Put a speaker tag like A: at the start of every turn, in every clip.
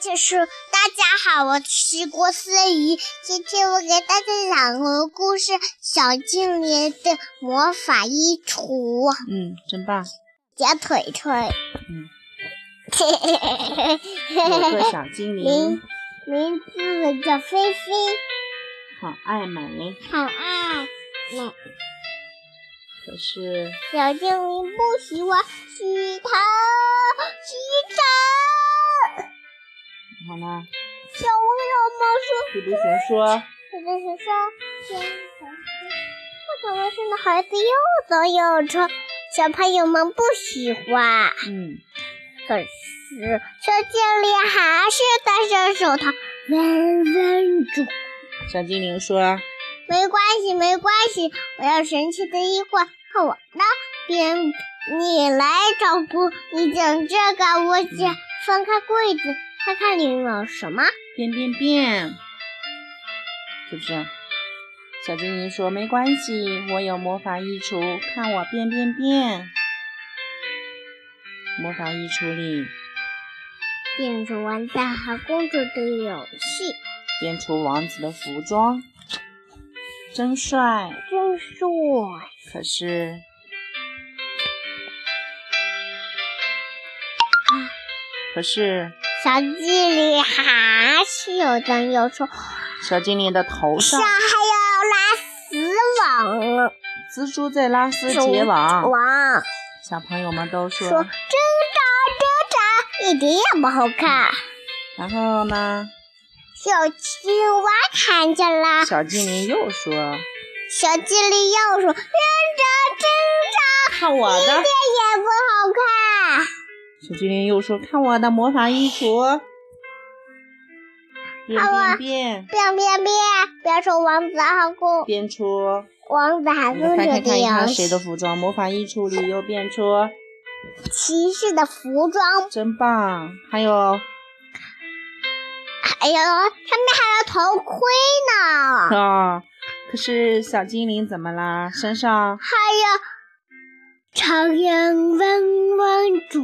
A: 解是大家好，我是郭思怡，今天我给大家讲个故事《小精灵的魔法衣橱》。
B: 嗯，真棒。
A: 小腿腿，
B: 嗯，
A: 嘿嘿嘿
B: 有
A: 嘿
B: 个
A: 嘿，
B: 小精灵
A: 名，名字叫菲菲，
B: 好爱美，
A: 好啊爱美。
B: 可是
A: 小精灵不喜欢洗头，洗澡。
B: 然后呢？
A: 小朋
B: 皮皮熊说
A: 友们说，小学生不同卫生的孩子又脏又臭，小朋友们不喜欢。：“
B: 嗯，
A: 可是小精灵还是戴上手套，温温住。
B: 小精灵说，
A: 没关系，没关系，我要神奇的衣柜看我的，别你来找不，你讲这个，我想翻开柜子看看里面有什么。
B: 变变变，是不是？”小精灵说：“没关系，我有魔法衣橱，看我变变变。”魔法衣橱里，
A: 电子玩大和公主的游戏，
B: 变出王子的服装，真帅。
A: 真帅！
B: 可是可是，
A: 小精灵还是有脏有臭，
B: 小精灵的头
A: 上
B: 上
A: 还有拉丝网，
B: 蜘蛛在拉丝结网，
A: 网
B: 小朋友们都
A: 说
B: 说
A: 挣扎。挣扎，一点也不好看。
B: 然后呢，
A: 小青蛙看见了，
B: 小精灵又说
A: 小精灵又说：“挣扎，挣扎，：“
B: 看我的。
A: 也不好看。””
B: 小精灵又说：“看我的魔法衣橱。”变
A: 看我
B: 变变，
A: 变变变，变成王子和公
B: 变出
A: 王子和
B: 我
A: 公主
B: 们翻开
A: 的
B: 看一看
A: 游
B: 谁的
A: 戏，
B: 服装，魔法衣橱里又变出，
A: 骑士的服装，
B: 真棒！还有
A: 还有哎他们还有头盔呢，
B: 哦，可是小精灵怎么啦？身上
A: 还有长眼弯弯嘴，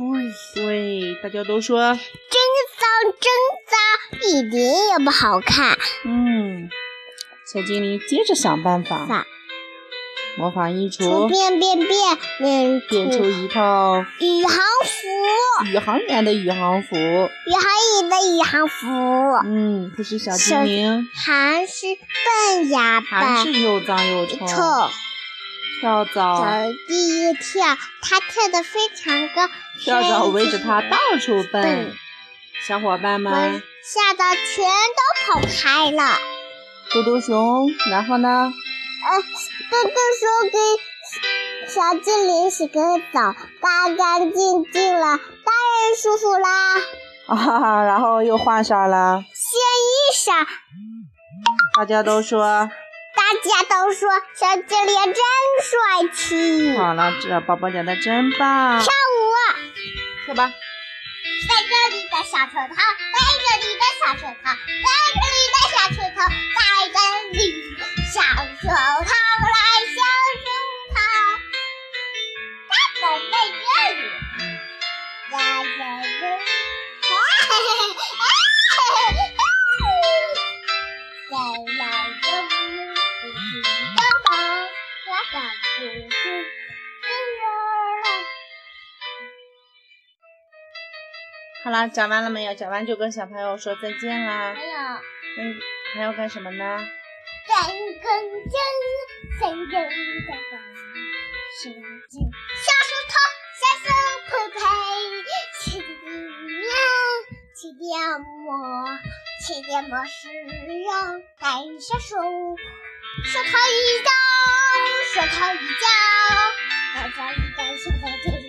B: 对大家都说，
A: 真脏真脏，一点也不好看。
B: 嗯，小精灵接着想办法，
A: 啊，
B: 模仿衣
A: 出
B: 橱
A: 变变变变
B: 变出
A: 出
B: 一套
A: 宇航服。
B: 宇航员的宇航服。
A: 宇航员的宇航服，
B: 嗯，可是小精灵
A: 还是笨呀
B: 还
A: 笨，
B: 是又脏又臭
A: 臭，，
B: 跳蚤
A: 小第一跳，他跳得非常高，
B: 跳蚤围着它
A: 身
B: 到
A: 子
B: 处奔
A: 笨，
B: 小伙伴们
A: 们，吓得全都跑开了。
B: 嘟嘟熊，然后呢，
A: 呃，嘟嘟说给小精灵洗个澡，干干净净了，当然舒服啦。
B: 啊哈哈，然后又换上了，
A: 一闪，
B: 大家都说。
A: 大家都说小精灵真帅气。
B: 好了，这宝宝讲的真棒，
A: 跳舞。
B: 跳吧。
A: 在这里的小球头，在这里的小球头，在这里的小球头，在这里小球头来小球头，它总在这里，在这里，在老中东方，我的故事。
B: 好啦，讲完了没有？讲完就跟小朋友说再见啦
A: 还。有。
B: 嗯，还要干什么呢？
A: 三根针，三根的棒，伸进小手套，小手佩佩，起面，起面膜，起面膜是让戴上手，手套一张，手套一张，戴上一张，手套一张，